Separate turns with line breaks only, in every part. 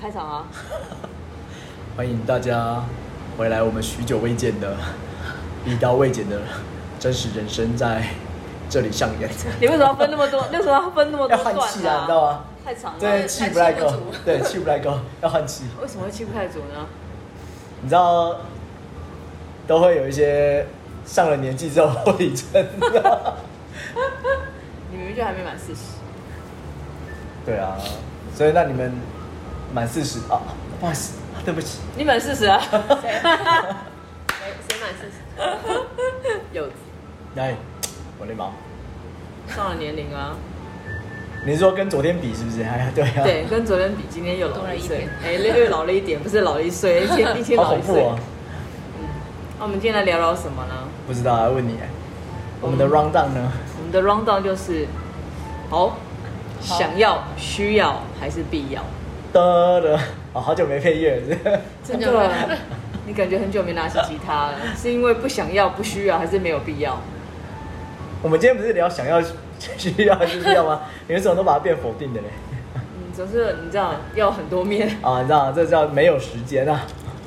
开场啊！
欢迎大家回来，我们许久未见的 一刀未剪的真实人生在这里上演。
你为什么要分那么多？ 为什么要分那么多
要
段
换气啊，你知道？吗？
太长了。
对，气不太够
气不足，
对，气不太够， 要换气。
为什么会气不太足呢？
你知道，都会有一些上了年纪之后后遗症。
你明明就还没满四十，
对啊，所以那你们满四十啊，不好意思，对不起，
你满四十啊？
谁谁谁满四十？
有
哎，我的毛，
上了年龄啊？
你是说跟昨天比是不是？哎，对啊，
对，跟昨天比，今天又老
多
了
了
一
一
岁
点。
哎，又又老了一点，不是老了一岁，一天一天
好
老
恐
一
怖
岁。
哦。
那我们今天来聊聊什么呢？
不知道啊，问你，我们的 round down 呢？
我们的 round down 就是：好，
好
想要、需要还是必要？
的的，哦，好久没配乐了 是不是
真的
对
吗，
你感觉很久没拿起吉他了，是因为不想要、不需要，还是没有必要？
我们今天不是聊想要、需要、是需要 吗？你们怎么都把它变否定的嘞？
嗯，总是你知道要很多 面，
啊，你知道这叫没有时间啊，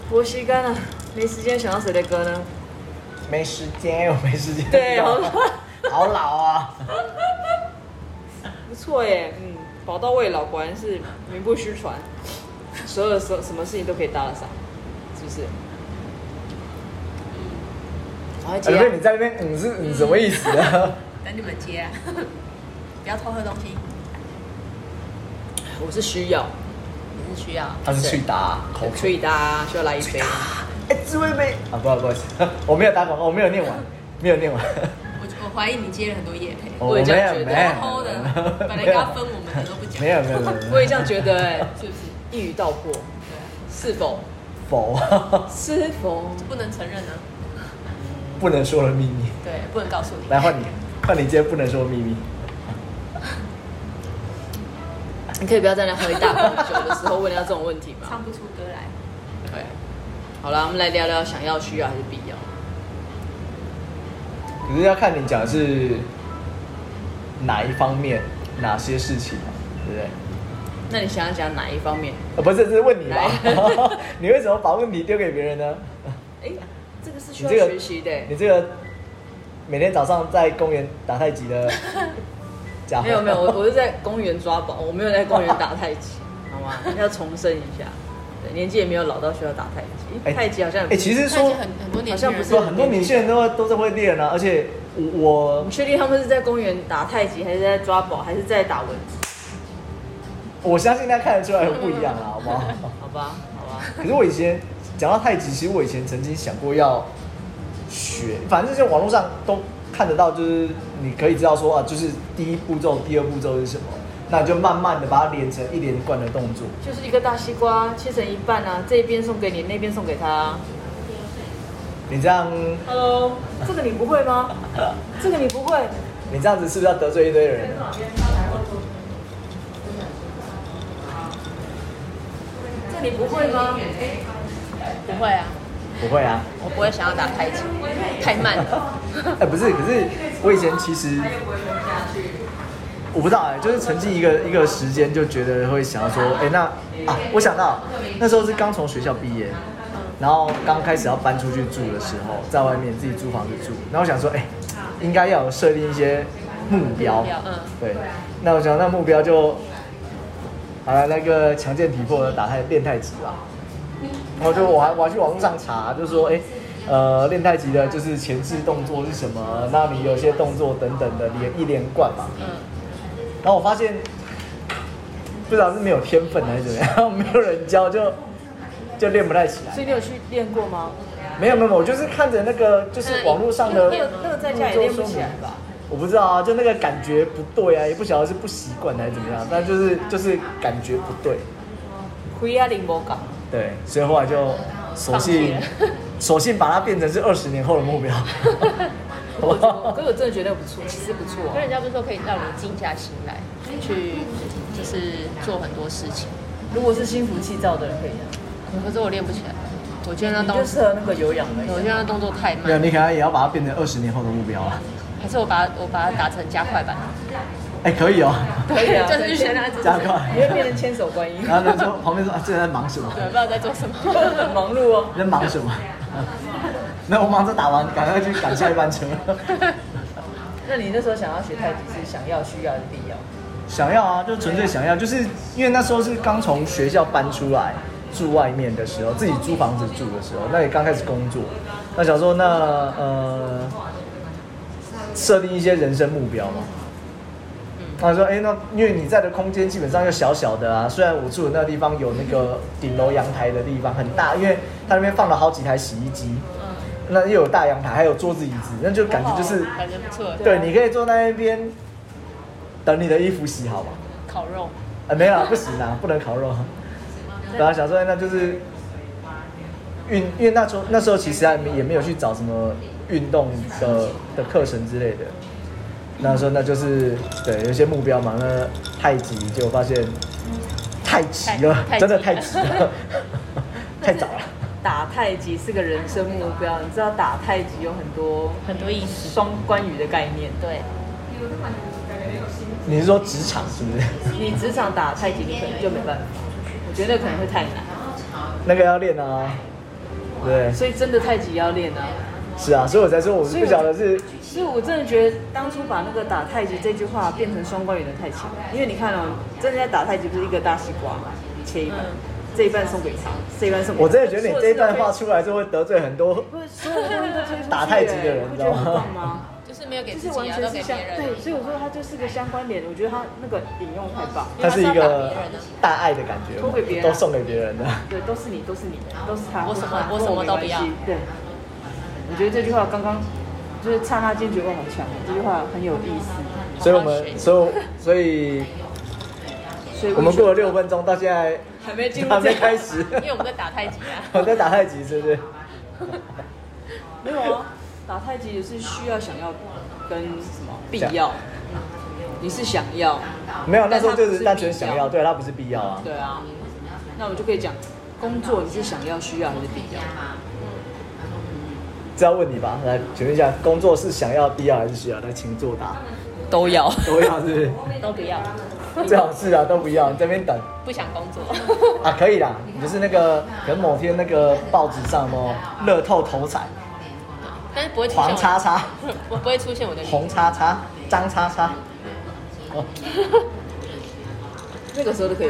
婆媳干啊，没时间想到谁的歌呢？
没时间，我没时间。
对
好
好
好老啊。
不错耶，嗯，宝刀未老果然是名不虚 传，所有什什么事情都可以搭得上，是不是？好，
哎
姐、
不是你在那边嗯是嗯什么意思啊？
等你们接啊！ 不要偷喝东西，
我是需要，
你是需要。
他是去打口
可
水。
以搭，需要来一 杯。
哎，滋味杯啊，不好意思不好意思， 我没有打广告，我没有念完，没有 念完。哦
我我怀疑你接了很多夜配，
我
也
没
这样
有
觉得
没有
偷的
没有，
本来应该要分我们的都不讲，
没有没有没有没有，
我也这样觉得，哎，
是不是？
一语道破，
对啊，
是否？
否
是否？
不能承认啊，
不能说的秘密。
对，不能告诉你。
来换你，换你今天不能说秘密。
你可以不要在那喝一大口酒的时候问人家这种问题吗？
唱不出歌来，
对，好了，我们来聊聊想要、需要还是必要。
可是要看你讲的是哪一方面、哪些事情嘛，对不对？
那你想要讲哪一方面？
呃、不是，这是问你吧
来？
你为什么把问题丢给别人呢？
哎、这个是需要
你这个
学习的、
你这个每天早上在公园打太极 的家伙，
没有没有，我我是在公园抓宝，我没有在公园打太极， 好吗？要重申一下，对，年纪也没有老到需要打太极。
哎
太极好像也
哎、
不
其实
但是
说
很很多年
好
轻
像
人
不是
说很多年轻人都都是会练啊，而且我我
你确定他们是在公园打太极，还是在抓宝，还是在打蚊子？
我相信大家看得出来不一样啊，好不好？
好吧，好吧，
可是我以前讲到太极，其实我以前曾经想过要学，反正就网络上都看得到，就是你可以知道说啊，就是第一步骤、第二步骤是什么，那你就慢慢的把它连成一连贯的动作。
就是一个大西瓜切成一半啊，这一边送给你，那边送给他、
你这样，
Hello，这个你不会吗？这个你不会？
你这样子是不是要得罪一堆人？啊
这你不会吗？
不会啊，
不会啊，
我不会想要打太极，太慢了。
哎、不是，可是我以前其实我不知道哎、就是曾经一个一个时间就觉得会想要说，哎、那啊，我想到那时候是刚从学校毕业，然后刚开始要搬出去住的时候，在外面自己租房子住，然后我想说，哎、应该要有设定一些目标
目标，嗯
对，那我想那目标就好了，那个强健体魄的打太练太极吧。然后就我还我还去网络上查，就说哎、诶呃，练太极的就是前置动作是什么？那你有些动作等等的连一连贯嘛。
嗯，
然后我发现，不知道是没有天分还是怎么样，没有人教就就练不太起来。
所以你有去练过吗？
没有没有，没有我就是看着那个就是网络上的
那个那个在家也练不起来吧？
我不知道啊，就那个感觉不对啊，也不晓得是不习惯还是怎么样，但就是就是感觉不对。
回家零波港，
对，所以后来就索性
放弃
索性把它变成是二十年后的目 标。
我觉得，可是我真的觉得不错，其实不错、哦
跟人家不是说可以让你静下心来，去就是做很多事情。
如果是心浮气躁的人可以啊，
可是我练不起来，我觉得那
你
动
就，适合那个有氧
我
的。
觉得那动作太
没有，
慢，
你可能也要把它变成二十年后的目标啊。
还是我把它我把它打成加快版，
哎、可以 哦。
以啊
对，就是去学那只
加快
你会变成千手观音，
然后他说旁边说啊，这人在忙什 么？
对，不知道在做什么。
很忙碌哦。
你在忙什么？ 没有，我忙着打完，赶快去赶下一班车。
那你那时候想要学太极是想要、需要的必要？
想要啊，就纯粹想要，就是因为那时候是刚从学校搬出来住外面的时候，自己租房子住的时候，那也刚开始工作，那想说那呃，设定一些人生目标嘛。他说：“哎、那因为你在的空间基本上就小小的啊，虽然我住的那个地方有那个顶楼阳台的地方很大，因为它那边放了好几台洗衣机，那又有大阳台，还有桌子椅子，那 就感觉就是
哦感觉不错。
对，你可以坐在那边等你的衣服洗好嘛。
烤肉，
啊，没有啊，不行啊，不能烤肉。然后想说，哎那就是运，因为那时候那时候其实还没也没有去找什么运动的的课程之类的。那时候那就是对，有一些目标嘛。那太极就发现太急了，
太太急
真的太急了， 太早了。
打太极是个人生目标，你知道打太极有很多
很多意思。
双关语的概念。
对，
你是说职场是不是？
你职场打太极，你可能就没办法，我觉得那可能会太难。
那个要练啊，对，
所以真的太极要练啊。
是啊，所以我才说我是不晓得是
所以我真的觉得当初把那个打太极这句话变成双关语的人太强，因为你看哦，真的在打太极不是一个大西瓜嘛，切一半，这一半送给他，这一半送给他。
嗯我真的觉得你这一段话出来就会得罪很多。
不是所有东西都推出去
打太极的
哎
人
不觉得很棒吗？
就是没有给
就
自
是
己
完
啊，
全
都
是
给
相
别人。
对，所以我说他就是个相关联，我觉得他那个引用太棒，
它是一个大爱的感觉，
都给别人
都送给别人的。
对，都是你，都是你，都是他，
我什么
或者他
我什么都不要
跟我没关系对，我觉得这句话刚刚就是刹那间觉得哇好强，这句话很有意思，
所以我
好好
们，
学
所以，所以
所以
我们过了六分钟，到现在
还没进入
还没
这个，
开始，
因为我们在打太极啊。
我在打太极，是不是？
没有啊，打太极也是需要想要跟什么必要，你是想要，
没有，那时候就
但它不
是
是
单纯想要，对，它不是必要啊。
对啊，那我们就可以讲工作你是想要需要还是必要？
这要问你吧，来，请问一下，工作是想要必要还是需要？来，请作答，
都要，
都要是不是？
都不要，
最好是啊，都不要，你这边等
不想工作。
啊，可以啦。你就是那个，可能某天那个报纸上哦，乐透头彩，
但是不会出现
黄叉叉。
我不会出现我的名字
红叉叉、张叉叉，哦，
那个时候都可以，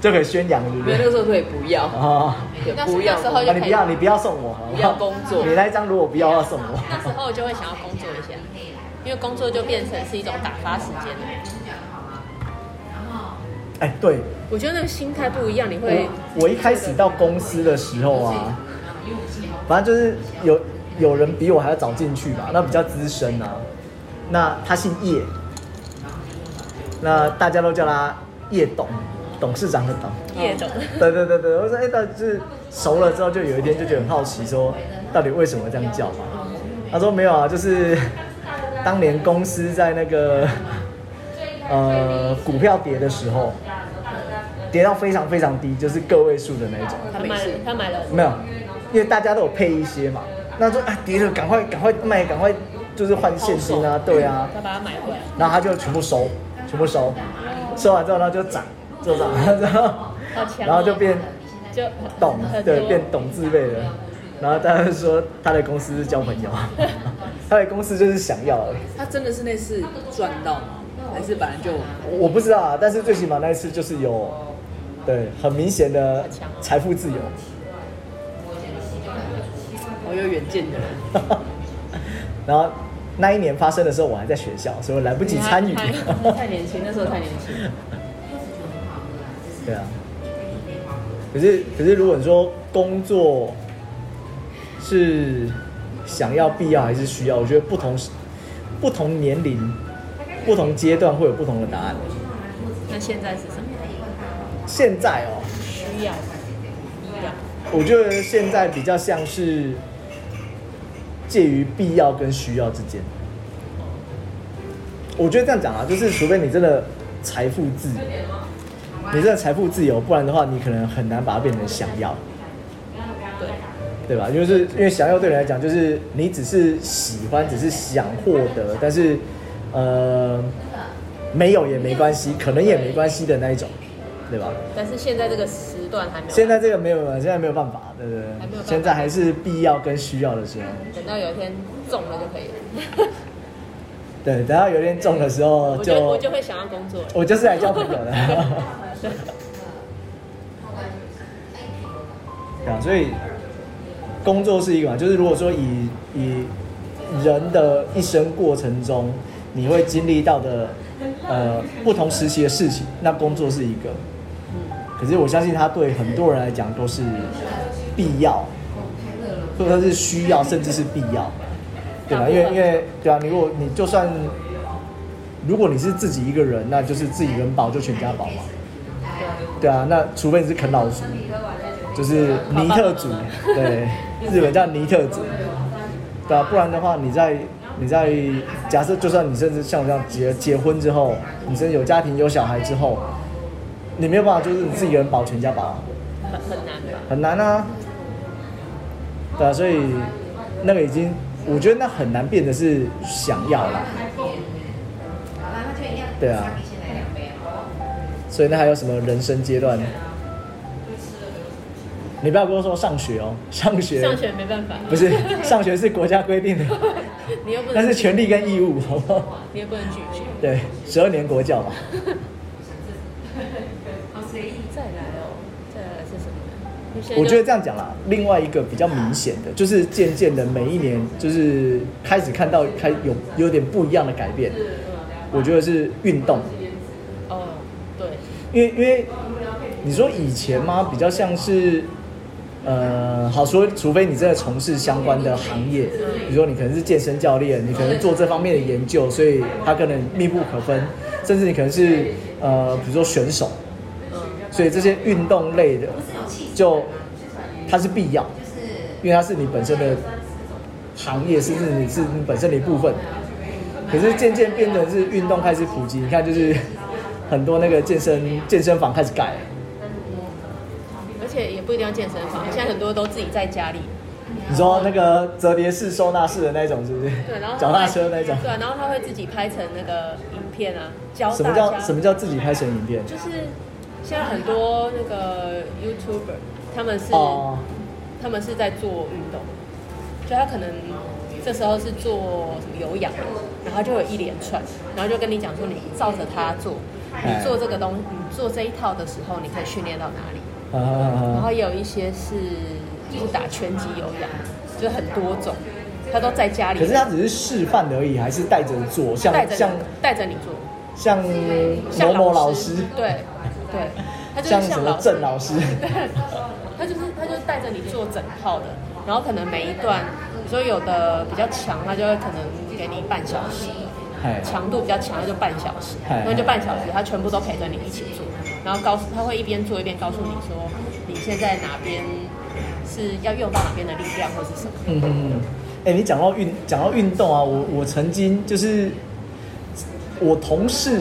就可以宣扬，对不
没有那个
对？
时候可以不要，
哦，
也
那
不要
那时候
啊，你不要，你不要送我，好不
不要
好？
工作
你那一张如果不要，要送我。
那时候就会想要工作一下，因为工作就变成是一种打发时间了。
哎，对，
我觉得那个心态不一样，你会
我我一开始到公司的时候啊，反正就是有有人比我还要早进去吧，那比较资深啊。那他姓叶，那大家都叫他叶董，董事长的董。
夜懂。
对对对对，我说哎，到底是熟了之后，就有一天就觉得很好奇，说到底为什么这样叫嘛？他说没有啊，就是当年公司在那个呃股票跌的时候，跌到非常非常低，就是个位数的那一种，
他买了，他买了，
没有，因为大家都有配一些嘛，那说啊跌了赶快赶快卖，赶快就是换现金啊，对啊，
他把它买回来。
然后他就全部收，全部收，收完之后呢就涨，就涨，然后
好强哦
然后就变。
就
懂
很，
对，
多
变懂字辈的。然后他就说他的公司是交朋友，他的公司就是想要而已。
他真的是那次赚到吗？还是本来就
我不知道啊，但是最起码那一次就是有，对，很明显的财富自由。
好哦有远见的人？
然后那一年发生的时候，我还在学校，所以我来不及参与
你。还你
太年轻，那时候太年轻。
对啊。可是，可是如果你说工作是想要、必要还是需要，我觉得不同不同年龄、不同阶段会有不同的答案。
那现在是什么？
现在哦，
需要，一样。
我觉得现在比较像是介于必要跟需要之间。我觉得这样讲啊，就是除非你真的财富自由，你真的财富自由，不然的话，你可能很难把它变成想要，
对，
对吧？就是因为想要对你来讲，就是你只是喜欢，只是想获得，但是呃，没有也没关系，可能也没关系的那一种，对吧？
但是现在这个时段还没有。
现在这个没有，现在没有办法，对不对
还没有办？法
现在还是必要跟需要的时候。
等到有一天中了就可以 了。
对，等到有点重的时候
我
就
就我就会想要工作了。
我就是来交朋友的。对啊，所以工作是一个嘛，就是如果说以以人的一生过程中，你会经历到的呃不同时期的事情，那工作是一个。可是我相信它对很多人来讲都是必要，或者是需要，甚至是必要，对吧？因为因为对啊，你如果你就算如果你是自己一个人，那就是自己人保就全家保嘛。对啊，那除非你是啃老族，就是尼特族，对，日本叫尼特族。对啊，不然的话，你在你在假设，就算你甚至像我这样结结婚之后，你甚至有家庭有小孩之后，你没有办法就是你自己一个人保全家保啊，
很很难吧？
很难啊。对啊，所以那个已经，我觉得那很难变得是想要啦。对啊，所以那还有什么人生阶段？你不要跟我说上学哦，上学
上学没办法，
不是上学是国家规定的，
你又不
那
能，
是权利跟义务，好不好？
你又不能拒绝。
对，十二年国教嘛，
再来哦，再来是什么呢？现在就
我觉得这样讲啦。另外一个比较明显的，就是渐渐的每一年，就是开始看到开有有点不一样的改变。
嗯
我觉得是运动，
哦，对，
因为因为你说以前吗？比较像是，呃，好说，除非你真的从事相关的行业，
嗯
比如说你可能是健身教练，你可能做这方面的研究，所以它可能密不可分，甚至你可能是呃，比如说选手，
嗯，
所以这些运动类的就它是必要，因为它是你本身的行业，甚至你是你本身的一部分。可是渐渐变成是运动开始普及，你看就是很多那个健身健身房开始改了，
而且也不一定要健身房，现在很多都自己在家里。
你说那个折叠式收纳式的那种是不是？
对，然后他
脚
会
踏车那种。
对，然后他会自己拍成那个影片啊，教大家
什么叫什么叫自己拍成影片？
就是现在很多那个 YouTuber，他们是、
哦，
他们是在做运动，就他可能这时候是做什么有氧，啊然后就有一连串，然后就跟你讲说你照着他做，
哎
你做这个东你做这一套的时候，你可以训练到哪里？
啊啊
然
啊
后！也有一些是就是打拳击有氧，就很多种，他都在家里，
可是它只是示范而已，还是带着做，像
带着
像
你带着你做。
像
像
某某老师，
对对，他就是
像什
像
么
老师
郑，老 师，
对，他就是他就是带着你做整套的，然后可能每一段，所以有的比较强，他就会可能给你半小时，
哎，
强度比较强的就半小时，
哎
那就半小时，他全部都陪着你一起做，然后告诉他会一边做一边告诉你说你现在哪边是要用到哪边的力量或是什么，
嗯嗯嗯，哎、你讲到运讲到运动啊，我我曾经就是我同事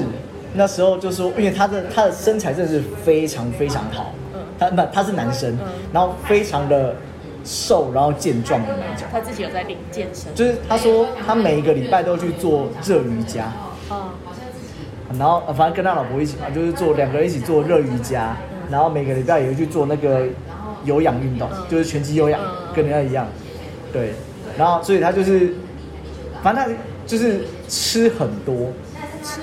那时候就说，因为他的他的身材真的是非常非常好，
嗯
他不他是男生
嗯，
然后非常的瘦，然后健壮的那种，
他自己有在领健身，
就是他说他每一个礼拜都去做热瑜伽，
啊，
然后呃反正跟他老婆一起嘛，就是做两个人一起做热瑜伽，然后每个礼拜也会去做那个有氧运动，就是拳击有氧
嗯嗯，嗯
跟人家一样，对。然后所以他就是，反正他就是吃很多，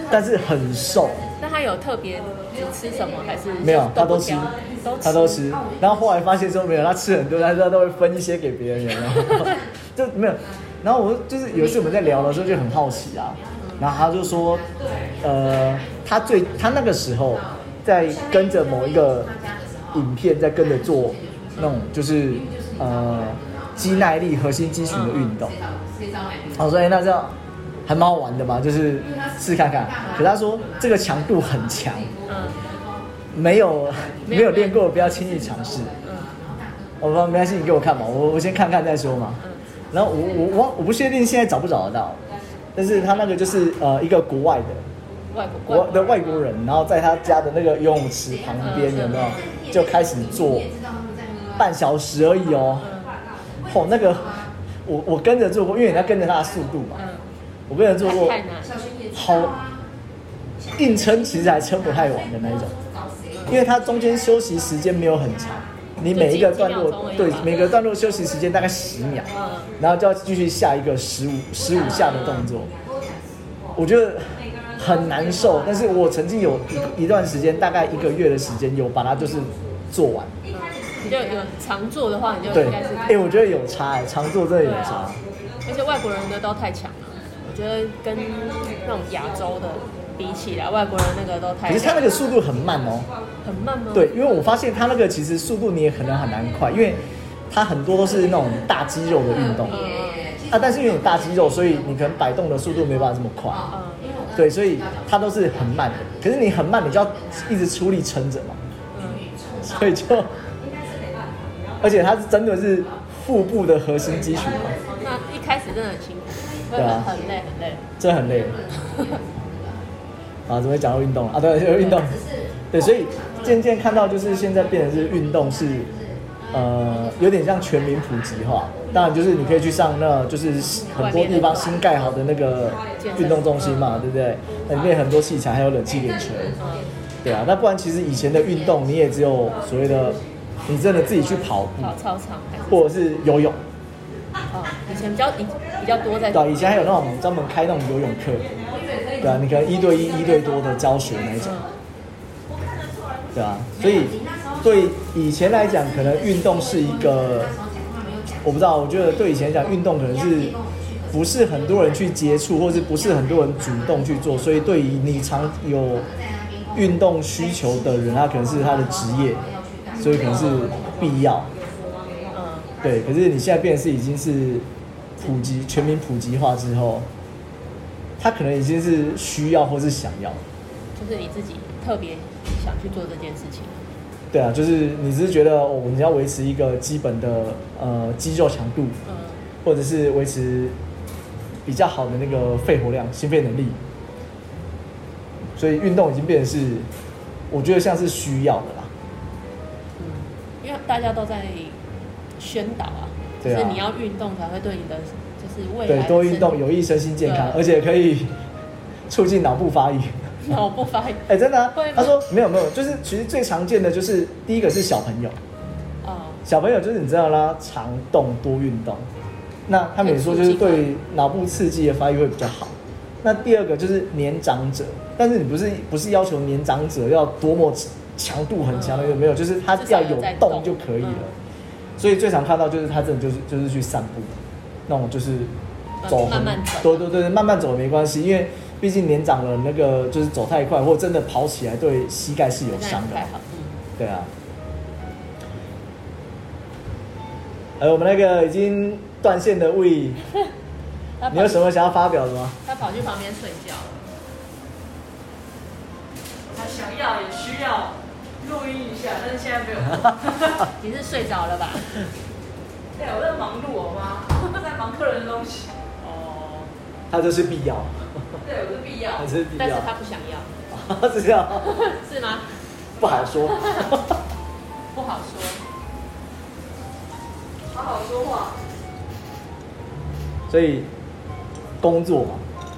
但是很瘦，
那他有特别只吃什么还是
没有他都
不
吃
挑都，
他都吃。然后后来发现说没有，他吃很多，但是他都会分一些给别人，有没 有就没有。然后我就是有一次我们在聊的时候就很好奇啊，然后他就说，呃，他最他那个时候在跟着某一个影片在跟着做那种就是呃肌耐力核心肌群的运动，
嗯
我说哎那这样还蛮好玩的嘛，就是试看看。可他说这个强度很强，
嗯
没有没有练过，不要轻易尝试。
嗯。
我说没关系，你给我看嘛，我我先看看再说嘛。然后我我我我不确定现在找不找得到，但是他那个就是呃一个国外的
外国
国
国
的外国人，然后在他家的那个游泳池旁边
嗯
有没有就开始做半小时而已哦。哦，那个我我跟着做过，因为你要跟着他的速度嘛，
嗯，
我跟着做过
太难了，
好硬撑其实还撑不太完的那一种，因为它中间休息时间没有很长，你每一个段
就
落
几几秒钟而已
对
吧
每个段落休息时间大概十秒，
嗯，
然后就要继续下一个十五十五下的动作，我觉得很难受。但是我曾经有一一段时间，大概一个月的时间，有把它就是做完。
你就有常做的话，你就
对，
应该是
哎、我觉得有差、哎，常做真的有差。
而且外国人的都太强了，我觉得跟那种亚洲的比起来，外国人那个都太
可是它那个速度很慢哦、
很慢吗？
对，因为我发现它那个其实速度你也可能很难快，因为它很多都是那种大肌肉的运动
嗯，
啊，但是因为你大肌肉，所以你可能摆动的速度没办法这么快，
嗯，
对，所以它都是很慢的。可是你很慢，你就要一直出力撑着嘛，
嗯
所以就，而且它是真的是腹部的核心肌群嘛，
那一开始真的很辛苦，会
对啊
很很累 很累。
真的很累。啊，怎么会讲到运动了啊？对，有运动。对，所以渐渐看到就是现在变成是运动是，呃，有点像全民普及化。当然就是你可以去上那，就是很多地方新盖好的那个运动中心嘛，对不对？里面很多器材，还有冷气给吹。对啊，那不然其实以前的运动你也只有所谓的，你真的自己去跑
跑
步，
操场还是
或者是游泳。
哦，哎以前比较比比较多在
对啊、以前还有那种专门开那种游泳课，对啊，你可能一对一、一对多的教学那一种，对啊，所以对以前来讲，可能运动是一个，我不知道，我觉得对以前来讲，运动可能是不是很多人去接触，或是不是很多人主动去做，所以对于你常有运动需求的人，他可能是他的职业，所以可能是必要，
嗯，
对，可是你现在变成是已经是普及全民普及化之后，他可能已经是需要或是想要，
就是你自己特别想去做这件事情。
对啊，就是你只是觉得哦，你要维持一个基本的呃肌肉强度，
嗯，
或者是维持比较好的那个肺活量、心肺能力，所以运动已经变成是，我觉得像是需要的啦。
因为大家都在宣导啊，
对啊
就是你要运动才会对你的就是未来
对，
的
多运动
生
有益身心健康，
对
而且可以促进脑部发育。
脑部发育
哎、真的、啊
会吗，
他说没有没有，就是其实最常见的就是第一个是小朋友，
哦，
小朋友就是你知道啦，常动多运动，那他们也说就是对脑部刺激的发育会比较好。那第二个就是年长者，但是你不是不是要求年长者要多么强度很强的，有没有？就是他要有动就可以了。所以最常看到就是他真的就是就是去散步，那种就是走很
慢慢走
对对对，慢慢走没关系，因为毕竟年长了，那个就是走太快或真的跑起来对膝盖是有
那
伤
也不
的
太。好，嗯，
对啊。呃，我们那个已经断线的魏，
他跑
你有什么想要发表的吗？
他跑去旁边睡觉了。
他想要也需要录音一下，但是 现在没有。
你是睡着了吧？
对，我在忙碌我妈，我在忙客人的东西。
哦，
他就是必要，
对，我是必要
他。就是必
但是
要，
他不想要，
是这样，
是吗？
不好说。
不好说。
好好说话。
所以工作嘛，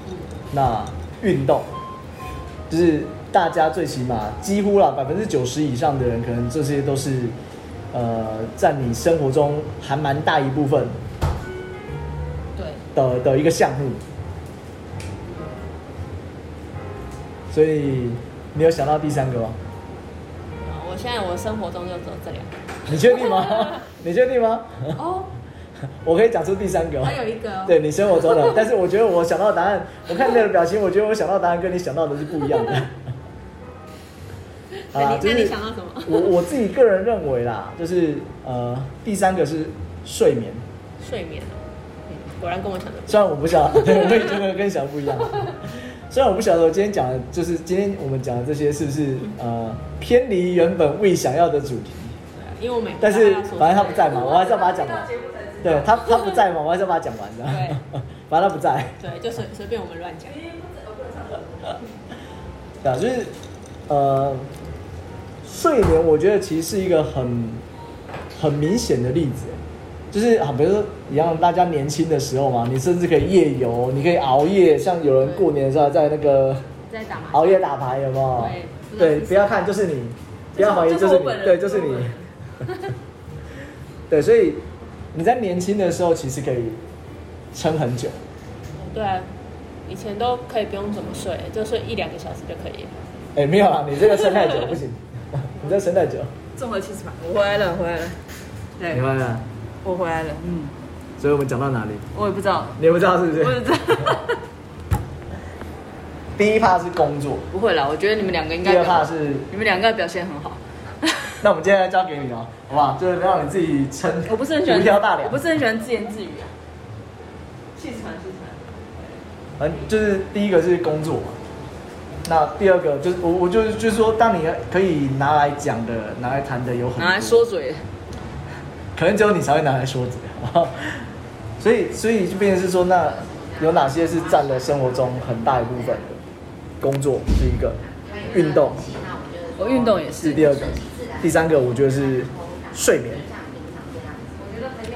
嗯，
那运动就是大家最起码几乎啦，百分之九十以上的人，可能这些都是呃，在你生活中还蛮大一部分
对，
的的一个项目。所以你有想到第三个吗？
啊我现在我生活中就只有这两个。
你确定 吗？你确定吗？
哦，
我可以讲出第三个吗
还？有一个、哦，
对你生活中的，但是我觉得我想到的答案，我看你的表情，我觉得我想到的答案跟你想到的是不一 样的。
那你、那你想到什么？
我我自己个人认为啦，就是呃，第三个是睡眠，
睡眠啊、嗯，果然跟我想的不一样。
虽然我不晓得， 我也觉得跟想不一样。虽然我不晓得我今天讲的，就是今天我们讲的这些是不是呃偏离原本未想要的主题，
啊因为我每
但是
说
反正他不在嘛，我还是要把它讲
到
完
节。目才知道。
对他他不在嘛，我还是要把它讲完的
对。
反正他不在，
对，就随随便我们乱讲。
哎不能不能唱歌
对啊，就是呃，睡眠我觉得其实是一个很很明显的例子，就是啊，比如说一样，大家年轻的时候嘛，你甚至可以夜游，你可以熬夜，像有人过年的时候在那个
在打麻将。
熬夜打牌有没有？
对
对，
不
不
知道是谁
要看，就是你，不要怀疑，
就
就是是
我
你
本人，
对，就是
就是
你
我本人。
对，所以你在年轻的时候其实可以撑很久，
对啊，以前都可以不用怎么睡，就睡一两个小时就可以了。
哎，没有啦，你这个撑太久不行， 你这撑太久，
综合七十八，我回来了，我回来了，
你
对，
看看，
我回来了，嗯，
啊所以我们讲到哪里？
我也不知道，
你也不知道是不
我也
是？
不知道，
第一怕是工作，
不会啦，我觉得你们两个应
第
该
二怕
表，
是，
你们两个表现很好，
那我们接下来交给你哦，好不好？就是让你自己撑，
我不是很喜欢，
无挑大梁，
我不是很喜欢自言自语啊，气喘气喘。
嗯，就是第一个是工作嘛，那第二个就是我我就是就是说，当你可以拿来讲的、拿来谈的有很多，
拿来说嘴，
可能只有你才会拿来说嘴， 所以所以就变成是说，那有哪些是占了生活中很大一部分的？工作是一个，运动
我运动也
是
是，
第二个，第三个我觉得是睡眠。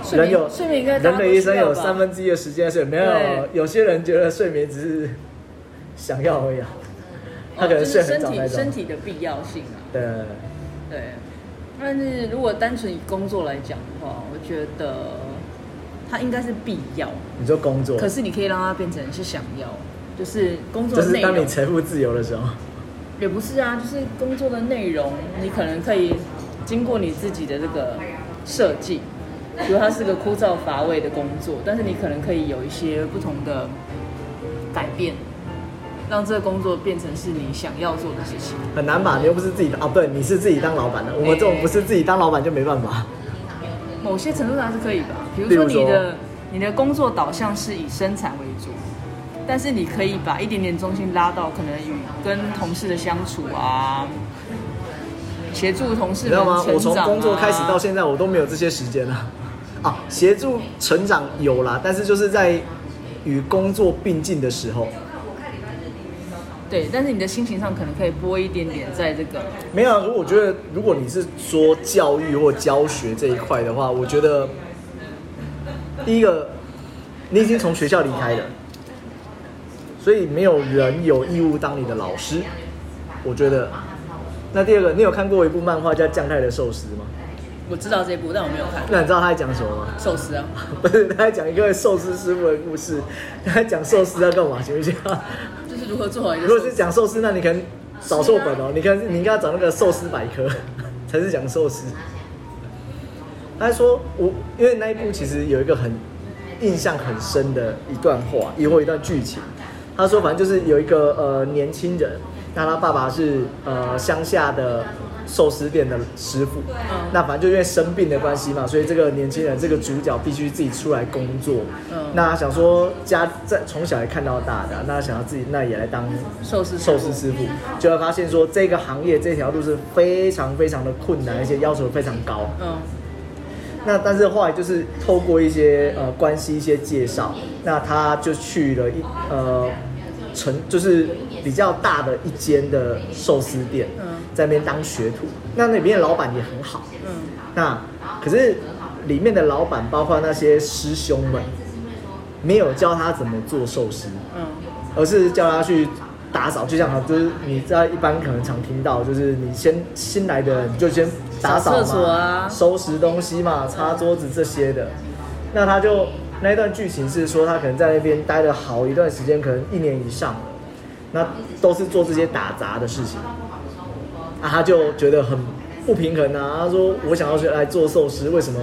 睡
人
眠
有
睡眠应该大
人
家
的
都
一
需要
生有
吧哦
三分之一的时间是没有
对，
有些人觉得睡眠只是想要而已啊，他可能睡很早
哦
那
就是身体
种
身。体的必要性啊，
对，
对。但是如果单纯以工作来讲的话，我觉得它应该是必要，
你说工作，
可是你可以让它变成是想要，就是工作
就
的
是
内
当你
容
财富自由的时候，
也不是啊，就是工作的内容，你可能可以经过你自己的这个设计，比如它是个枯燥乏味的工作，但是你可能可以有一些不同的改变，让这个工作变成是你想要做的事情。
很难吧？你又不是自己的啊，不对，你是自己当老板的。我们这种不是自己当老板就没办法。
某些程度上是可以吧，比如
例如
说你
说
的你的工作导向是以生产为主，但是你可以把一点点重心拉到可能与跟同事的相处啊，协助同事
你
们
知道吗？我
成
从
长啊
工作开始到现在，我都没有这些时间啊。啊，协助成长有啦，但是就是在与工作并进的时候，
对，但是你的心情上可能可以拨一点点在这个，
没有啊。如果我觉得，如果你是说教育或教学这一块的话，我觉得第一个，你已经从学校离开了，所以没有人有义务当你的老师。我觉得。那第二个，你有看过一部漫画叫《酱太的寿司》吗？
我知道这一部，但我没有看
那你知道他在讲什么吗？
寿司啊，
不是，他在讲一个寿司师傅的故事。他在讲寿司要干嘛？行不行？
就是如何做好一个
如
寿
果
司
是讲寿司，那你可能找错本哦。你看，你应该要找那个寿司百科，才是讲寿司。他说我，因为那一部其实有一个很印象很深的一段话，亦或一段剧情。他说，反正就是有一个呃年轻人，那他爸爸是呃乡下的寿司店的师傅，那反正就因为生病的关系嘛，所以这个年轻人这个主角必须自己出来工作。
嗯
那想说家在从小也看到大的，啊那想要自己那也来当
寿司
寿司师傅，就会发现说这个行业这条路是非常非常的困难，而且要求非常高。
嗯
那但是后来就是透过一些呃关系一些介绍，那他就去了一呃成就是比较大的一间的寿司店，
嗯
在那边当学徒。那那边的老板也很好，
嗯，
那可是里面的老板包括那些师兄们，没有教他怎么做寿司，
嗯，
而是叫他去打扫，就像好就是你在一般可能常听到，就是你先新来的你就先打扫
扫
嘛，
厕所啊
收拾东西嘛，擦桌子这些的。那他就那一段剧情是说，他可能在那边待了好一段时间，可能一年以上了，那都是做这些打杂的事情。啊，他就觉得很不平衡啊。他说：“我想要学来做寿司，为什么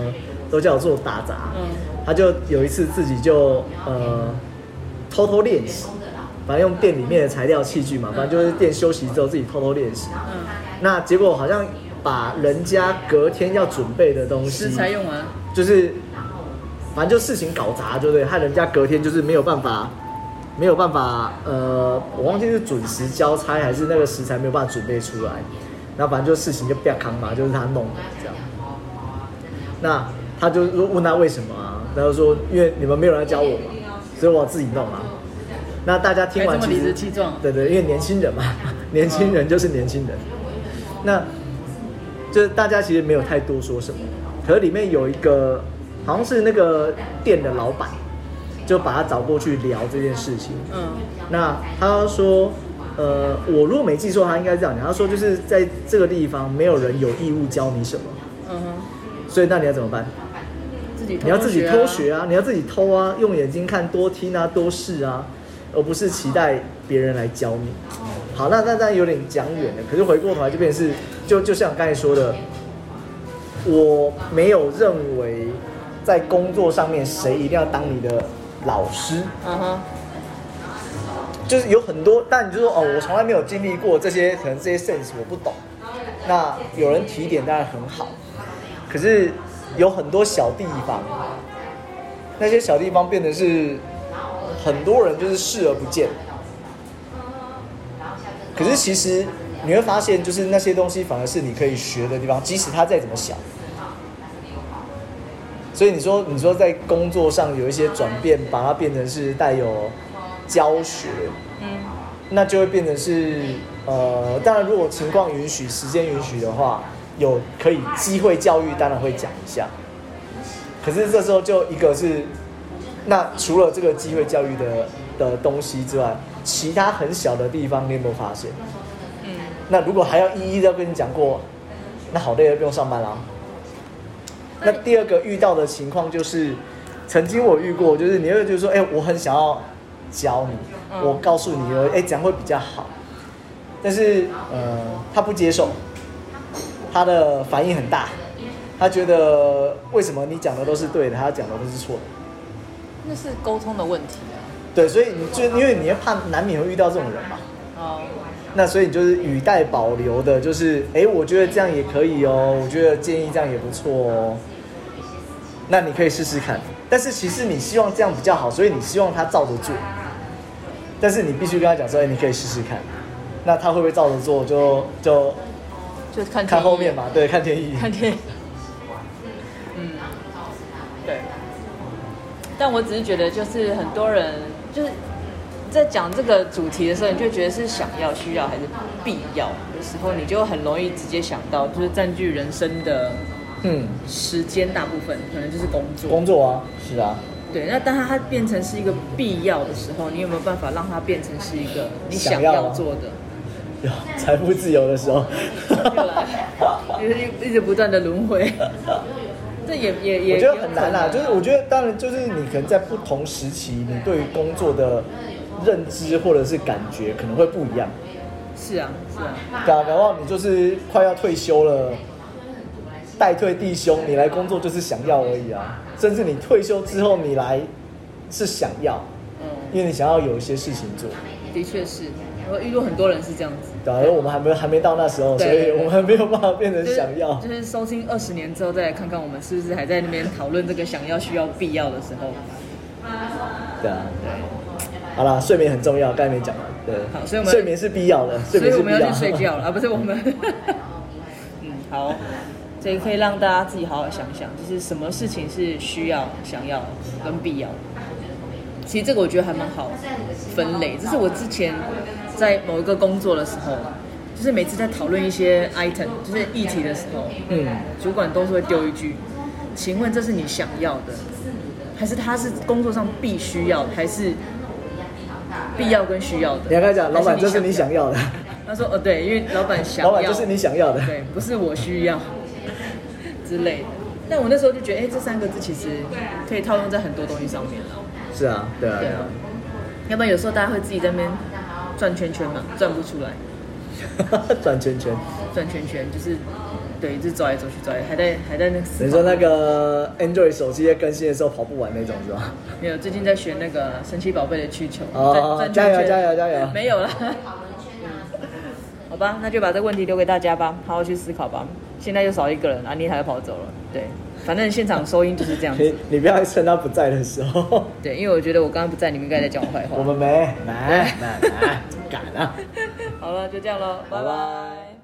都叫我做打杂？”
嗯
他就有一次自己就呃偷偷练习，反正用店里面的材料器具嘛，反正就是店休息之后自己偷偷练习。
嗯
那结果好像把人家隔天要准备的东西
食，材用完，
就是反正就事情搞砸，对不对？害人家隔天就是没有办法，没有办法，呃，我忘记是准时交差还是那个食材没有办法准备出来，然后反正就事情就不要扛嘛，就是他弄的这样。那他就说问他为什么啊？他就说因为你们没有人来教我嘛，所以我自己弄啊。那大家听完
还这
其
么理
实
直气壮
对对，因为年轻人嘛， 年轻人就是年轻人。那就是大家其实没有太多说什么，可是里面有一个好像是那个店的老板，就把他找过去聊这件事情。
嗯
那他说，呃，我如果没记错，他应该这样讲，他说就是在这个地方没有人有义务教你什么，
嗯哼，
所以那你要怎么办？
自己偷
你要自己偷学
啊，
啊，你要自己偷啊，用眼睛看，多听啊，多试啊，而不是期待别人来教你。
哦
好，那那那有点讲远了，可是回过头来就变成是，就就像刚才说的，我没有认为在工作上面谁一定要当你的老师，
嗯哼，
就是有很多，但你就说哦，我从来没有经历过这些，可能这些 sense 我不懂。那有人提点当然很好，可是有很多小地方，那些小地方变得是很多人就是视而不见。可是其实你会发现，就是那些东西反而是你可以学的地方，即使它再怎么小。所以你说，你说在工作上有一些转变，把它变成是带有教学，
嗯，
那就会变成是呃，当然如果情况允许、时间允许的话，有可以机会教育，当然会讲一下。可是这时候就一个是，那除了这个机会教育的的东西之外，其他很小的地方你有没有发现？
嗯，
那如果还要一一的跟你讲过，那好累了，不用上班啦。那第二个遇到的情况就是，曾经我遇过，就是你会就是说，哎、我很想要教你，
嗯
我告诉你，我哎讲会比较好，但是呃，他不接受，他的反应很大，他觉得为什么你讲的都是对的，他讲的都是错的。
那是沟通的问题啊，
对，所以你就因为你会怕，难免会遇到这种人嘛。
哦，
那所以你就是语带保留的，就是哎、诶我觉得这样也可以哦，我觉得建议这样也不错哦。那你可以试试看，但是其实你希望这样比较好，所以你希望他照着做，但是你必须跟他讲说，哎、你可以试试看。那他会不会照着做，就就
就看
看后面
吧，
吧，对，看天意。
嗯看天，嗯，对。但我只是觉得，就是很多人就是在讲这个主题的时候，你就觉得是想要、需要还是必要的时候，你就很容易直接想到，就是占据人生的
嗯，
时间大部分，可能就是工作。
工作啊，是啊，
对，那当它变成是一个必要的时候，你有没有办法让它变成是一个你想
想要
要
啊
做的？
有财富自由的 时候。
又来，就是 一直不断的轮 回。这也也也
我觉得很难
啊，
啦、就是我觉得当然就是你可能在不同时期，你对于工作的认知或者是感觉可能会不一样。
是啊是啊，
搞搞不好你就是快要退休了，代退弟兄，你来工作就是想要而已啊。甚至你退休之后你来是想要，
嗯，
因为你想要有一些事情做。
的确是，我遇过很多人是这样子，
对啊，而我们还没还没到那时候，所以
对
我们还没有办法变成
就是
想要。
就是收听二十年之后再来看看我们是不是还在那边讨论这个想要、需要、必要的时候。
对啊，好啦，睡眠很重要，刚才没讲完。对，
好所以我们
睡眠是必要的，睡
所以
眠是
我
必
们
要
要
的。
去睡觉了啊，不是我 们。嗯，好，所以可以让大家自己好好想想，就是什么事情是需要、想要跟必要的。其实这个我觉得还蛮好分类，这是我之前在某一个工作的时候，啊就是每次在讨论一些 item，就是议题的时候，
嗯。
主管都是会丢一句：“请问这是你想要的，还是他是工作上必须要的，还是必要跟需要的？”
你要跟他讲，老板，这是你
要的
想要的，
他说：“哦，对，因为老板想
老
要，
板，这是你想要的。
对，不是我需要之类的。”但我那时候就觉得，哎、这三个字其实可以套用在很多东西上面了。
是啊，对啊，对
对啊
啊。，
要不然有时候大家会自己在那边转圈圈嘛，转不出来，
啊 转圈圈，
转圈圈就是对，就是走来走去，走来还在还在那个思
你
考
说那个 Android 手机在更新的时候跑不完那种是吧？
没有，最近在学那个神奇宝贝的气球，
哦
转
加油
转圈圈
加油加油
没有了。好吧，那就把这个问题留给大家吧，好好去思考吧。现在又少一个人，安啊妮塔又跑走了。对，反正现场收音就是这样子
你。你不要趁他不在的时 候，
对，因为我觉得我刚刚不在，你们应该在讲我坏话。
我们没没没没，怎么敢啊？
好了，就这样喽，拜
拜拜
拜